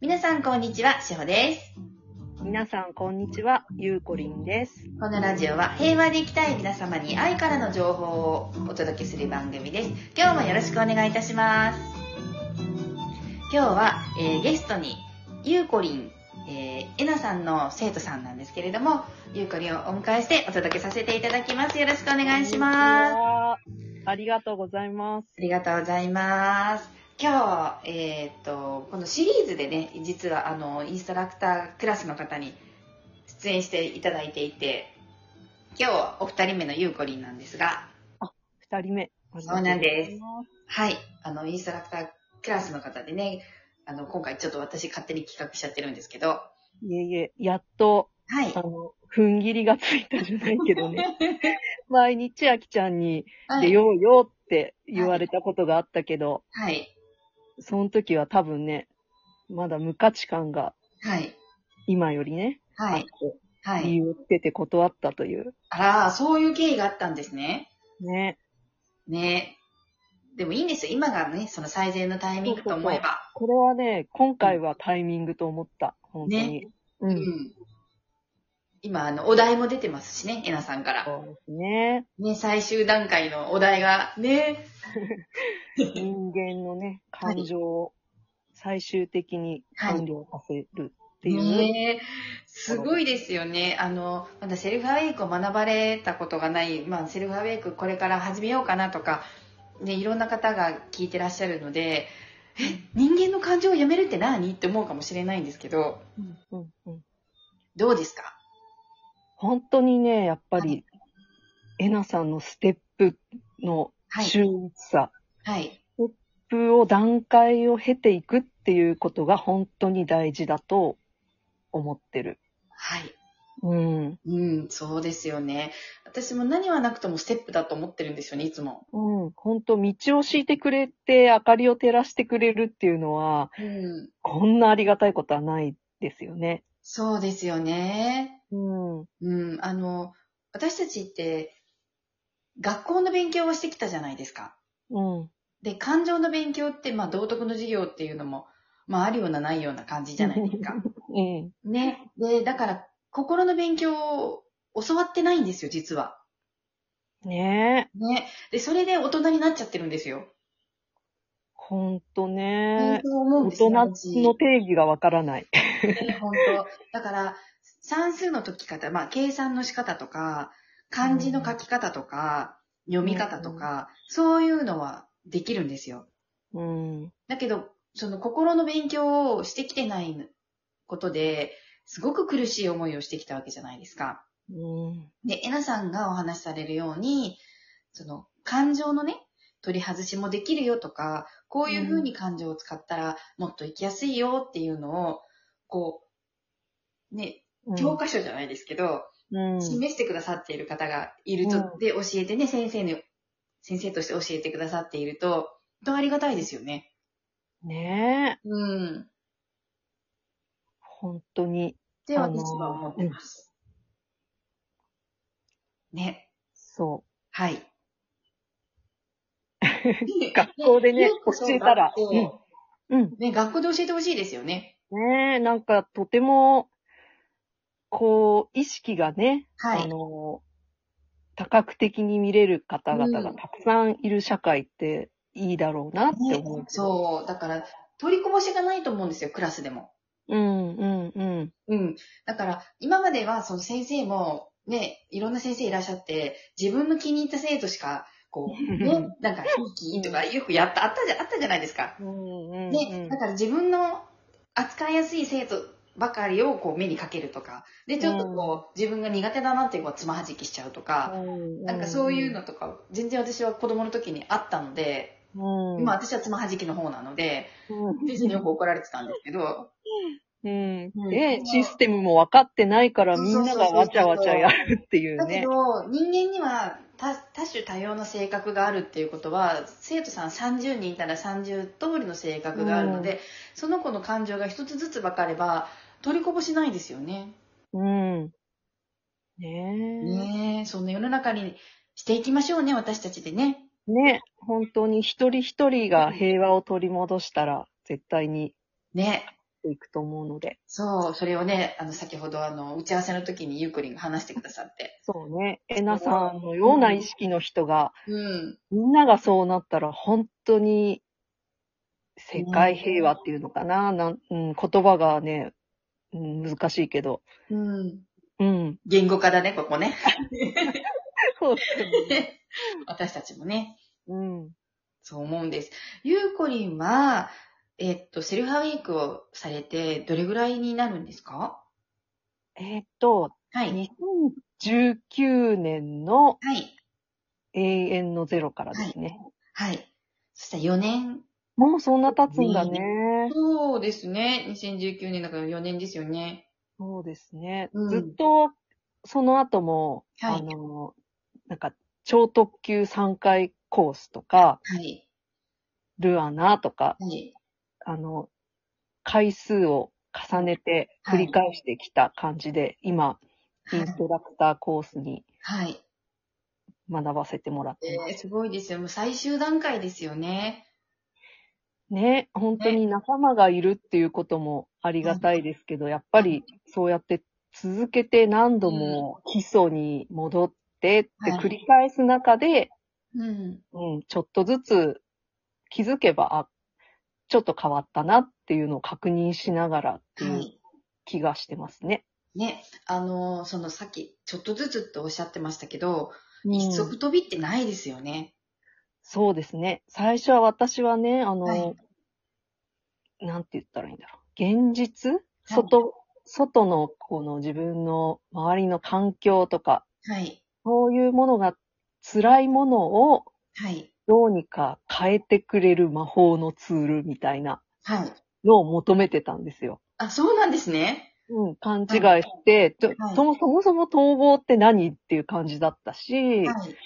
皆さん、こんにちは。しほです。皆さん、こんにちは。ゆうこりんです。このラジオは平和で生きたい皆様に愛からの情報をお届けする番組です。今日もよろしくお願いいたします。今日は、えーゲストにゆうこりん、えーえなさんの生徒さんなんですけれども、ゆうこりんをお迎えしてお届けさせていただきます。よろしくお願いします。す。ありがとうございます。ありがとうございます。今日、えーっと、このシリーズでね、実はあの、インストラクタークラスの方に出演していただいていて、今日はお二人目のゆうこりんなんですが、二人目。そうなんですありがとうございます。はい、あの、インストラクタークラスの方でね、あの、今回ちょっと私勝手に企画しちゃってるんですけど、はいえいえ、やっと、いあ。の、踏ん切りがついたじゃないけど ね。毎日、あきちゃんには出い。ようよって言われたことがあったけど、はい。その時は多分ね、まだ無価値観がはい。今よりね、はい。あはって理い。由をつけて断ったという。あら、そういう経緯があったんですね。ね。ねでもいいんですよ。今がね、その最善のタイミングと思えば。これはね、今回はタイミングと思った。本当に。うう。んん。今、あの、お題も出てますしね、えなさんから。そうですね。ね、最終段階のお題が、ね。人間のね、はい感情を最終的に完了させるっていうね、ねすごいですよね。あの、まだセルフアウェイクを学ばれたことがない、まあ、セルフアウェイクこれから始めようかなとか、ね、いろんな方が聞いてらっしゃるので、え、人間の感情をやめるって何って思うかもしれないんですけど、うんうん。どうですか本当にね、やっぱはり、えなさんのステップのはい秀逸さ、はい。ステップを段階を経ていくっていうことが本当に大事だと思ってる。はい。うん。うん、そうですよね。私も何はなくともステップだと思ってるんですよね、いつも。うん。本当、道を敷いてくれて、明かりを照らしてくれるっていうのは、うん。こんなありがたいことはないですよね。そうですよね。うん。うん、あの、私たちって、学校の勉強をしてきたじゃないですか。うん。で、感情の勉強って、まあ、道徳の授業っていうのも、まあ、あるようなないような感じじゃないです か。うん。ね。で、だから、心の勉強を教わってないんですよ、実は。ねえ。ね。で、それで大人になっちゃってるんですよ。ほんと本ね。当思うん大ですよ人の私定義がわからない。ね本当。だから、算数の解き方、まあ、計算の仕方とか、漢字の書き方とか、読み方とか、そういうのはできるんですよ。うん。だけど、その心の勉強をしてきてないことで、すごく苦しい思いをしてきたわけじゃないですか。うん。で、えなさんがお話しされるように、その、感情のね、取り外しもできるよとか、こういう風に感情を使ったらもっと生きやすいよっていうのを、こう、ね、教科書じゃないですけど、うん。示してくださっている方がいると、うで、教えてね、先生に、先生として教えてくださっていると、本当ありがたいですよね。ねえ。うん。ほんとに。で、あのー私は思ってます。ね。そ はい。学校でねよくそう教えたら学校う。うん。ね、学校で教えてほしいですよね。ねえ、なんかとても、こう、意識がね、はあい。の、多角的に見れる方々うがんたくさんいる社会っていいだろうなって思う。そう。だから、取りこぼしがないと思うんですよ、クラスでも。うん、うん、うん。うん。だから、今までは、その先生も、ね、いろんな先生いらっしゃって、自分の気に入った生徒しか、こ う、ね、なんか、ひいきとか、よくやった、あったじゃ、あったじゃないですか。うん、うん。ね、だから自分の扱いやすい生徒ばかりを、こう、目にかけるとか、で、ちょっとこう、自分が苦手だなっていう子はつまはじきしちゃうとか、ななんかそういうのとか、全然私は子供の時にあったので、の今私はつまはじきの方なの で、先生によく怒られてたんですけど、うんうんで、システムも分かってないからそうみそうんながわちゃわちゃやるっていうだけね。ど、人間には多多種多様な性格があるっていうことは、生徒さん30人いたら30通りの性格があるので、その子の感情が一つずつ分かれば、取りこぼしないですよね。うん。ねねえ、そんな世の中にしていきましょうね、私たちでね。え。ね本当に一人一人が平和を取り戻したら絶対にね。いくと思うので。そう、それをね、あの、先ほどあの、打ち合わせの時にゆうこりんが話してくださって。そうね。えなさんのような意識の人が、うん。みんながそうなったら本当に世界平和っていうのかな。なんうん、言葉がね、うん、難しいけど。うん。 うん。言語化だね、ここね。 そう私たちもね、うん。そう思うんです。ゆうこりんは、えっと、セルフアウェイクをされて、どれぐらいになるんですかえーっと、はい。 2019年のはい。永遠のゼロからですね。はい。そしたら4年。もうそんな経つんだね。そうですね。2019年だから4年ですよね。そうですね。うんずっと、その後も、はいあの、なんか、超特急3回コースとか、はい。ルアナとか、はい。あの、回数を重ねてはい繰り返してきた感じで、今、イはンいストラクターコースにはい。学ばせてもらってます。えーすごいですよ。もう最終段階ですよね。ね、本当に仲間がいるっていうこともありがたいですけど、やっぱりそうやって続けて何度も基礎に戻ってってはい繰り返す中で、うん。うん、ちょっとずつ気づけば、あ、ちょっと変わったなっていうのを確認しながらってはいうい。気がしてますね。ね、あのーそのさっき、ちょっとずつっておっしゃってましたけど、うん一足飛びってないですよね。そうですね。最初は私はね、あの、はいなんて言ったらいいんだろう。現実外、外のこの自分の周りの環境とか、はい。そういうものが辛いものをはい。どうにか変えてくれる魔法のツールみたいなはい。のを求めてたんですよ。あ、そうなんですね。うん、勘違いして、とはいともそもそも統合って何っていう感じだったし、はい。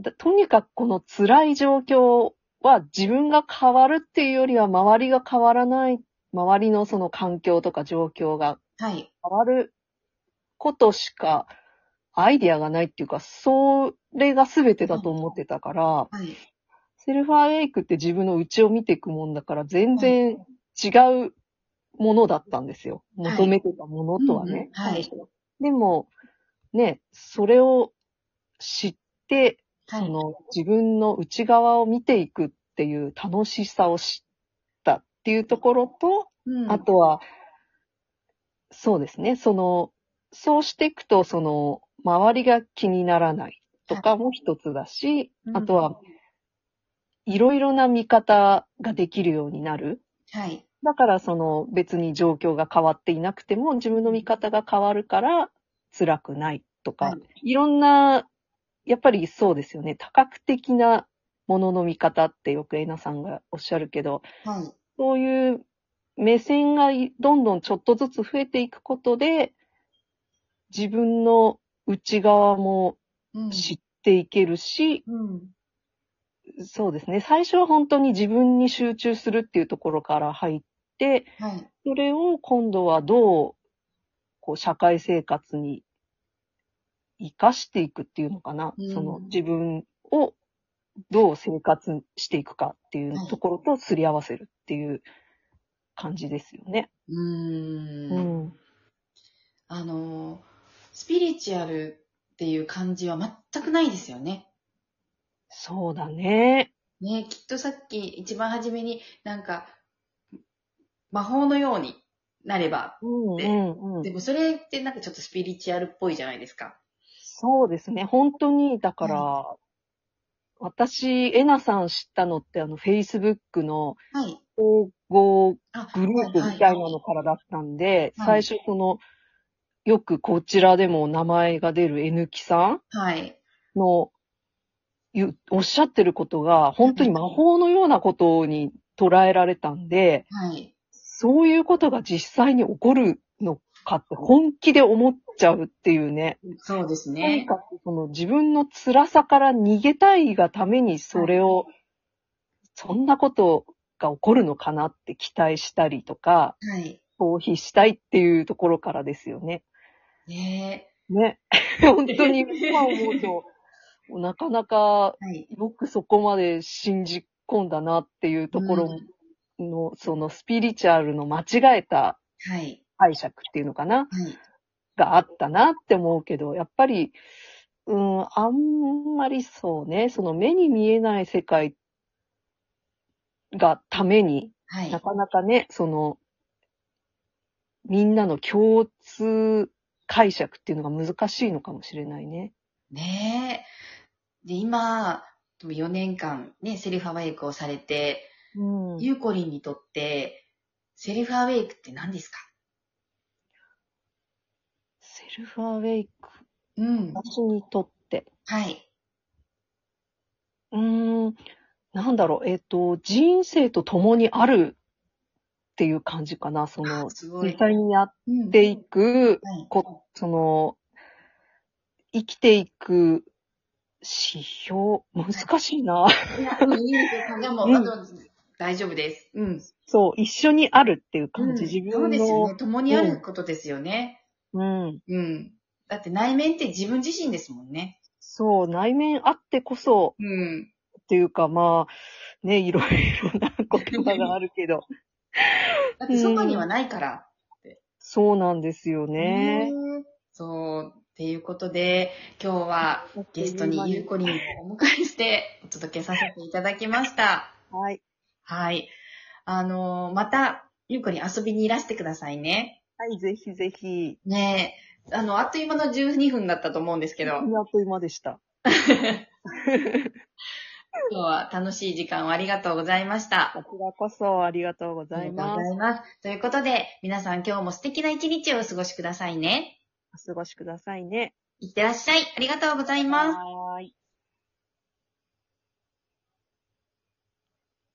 だとにかくこの辛い状況は自分が変わるっていうよりは周りが変わらない、周りのその環境とか状況がはい。変わることしかアイディアがないっていうか、それが全てだと思ってたから、はい。セルフアウェイクって自分の内を見ていくもんだから全然違うものだったんですよ。はい求めてたものとはね。うんうんはい最初でも、ね、それを知って、はそい。の自分の内側を見ていくっていう楽しさを知ったっていうところと、うんあとは、そうですね、その、そうしていくと、その、周りが気にならないとかも一つだし、うんあとは、いろいろな見方ができるようになる。はい。だからその別に状況が変わっていなくても自分の見方が変わるから辛くないとか、、はいろんな、やっぱりそうですよね、多角的なものの見方ってよくエナさんがおっしゃるけど、はい。そういう目線がいどんどんちょっとずつ増えていくことで自分の内側もうん。知っていけるし、うん。そうですね。最初は本当に自分に集中するっていうところから入って、はい。それを今度はどう、こう、社会生活に活かしていくっていうのかな。うんその自分をどう生活していくかっていはいうところとすり合わせるっていう感じですよね。うー。うんん。あのースピリチュアルっていう感じは全くないですよね。そうだね。ね、きっとさっき一番初めになんか、魔法のようになれば。うん、うん、うんで。もそれってなんかちょっとスピリチュアルっぽいじゃないですか。そうですね。本当に、だから、私、エナさん知ったのって、あの、Facebook の、はい。統合あ、グループみたいなのからだったんで、はい最初この、よくこちらでも名前が出る N 木さはい。はい。んの、ゆおっしゃってることが、本当に魔法のようなことに捉えられたんで、はい。そういうことが実際に起こるのかって本気で思っちゃうっていうね。そうですとにね。かくその自分の辛さから逃げたいがためにそれを、そんなことが起こるのかなって期待したりとか、はい。消費したいっていうところからですよね。ねね。 本当に今思うと、なかなかえ。はい。よくそこまで信じ込んだなっていうところもの、そのスピリチュアルの間違えたはい。解釈っていうのかなはい。があったなって思うけど、やっぱり、うん、あんまりそうね、その目に見えない世界がために、はい。なかなかね、その、みんなの共通解釈っていうのが難しいのかもしれないね。ねえ。で、今、でも4年間ね、セルフアウェイクをされて、うんゆうこりんにとって、セルフアウェイクって何ですかセルフアウェイク、うん。私にとって。はい。うーん、なんだろう、えっ、と、人生と共にあるっていう感じかな、その、すごい実。際にやっうんていく、はいこその、生きていく指標、難しいな。 いや、うん、いいですよ。でも、うんあの、大丈夫です。うん。そう、一緒にあるっていう感じ、うん自分の。そうですよね。共にあることですよね。うん。うん。だって内面って自分自身ですもんね。そう、内面あってこそ、うん。っていうか、まあ、ね、いろいろな言葉がある けど、だって外にはないから。そうなんですよね。え。そう。っていうことで、今日はゲストにゆうこりんをお迎えしてお届けさせていただきました。はい。はい。あのーまた、ゆうこりん遊びにいらしてくださいね。はい、ぜひぜひ。ねえ。あの、あっという間の12分だったと思うんです けどあ。っという間でした。今日は楽しい時間をありがとうございました。こちらこそありがとうございまありがとうす。ございます。ということで、皆さん今日も素敵な一日をお過ごしくださいね。お過ごしくださいね。いってらっしゃい。ありがとうございます。はーい。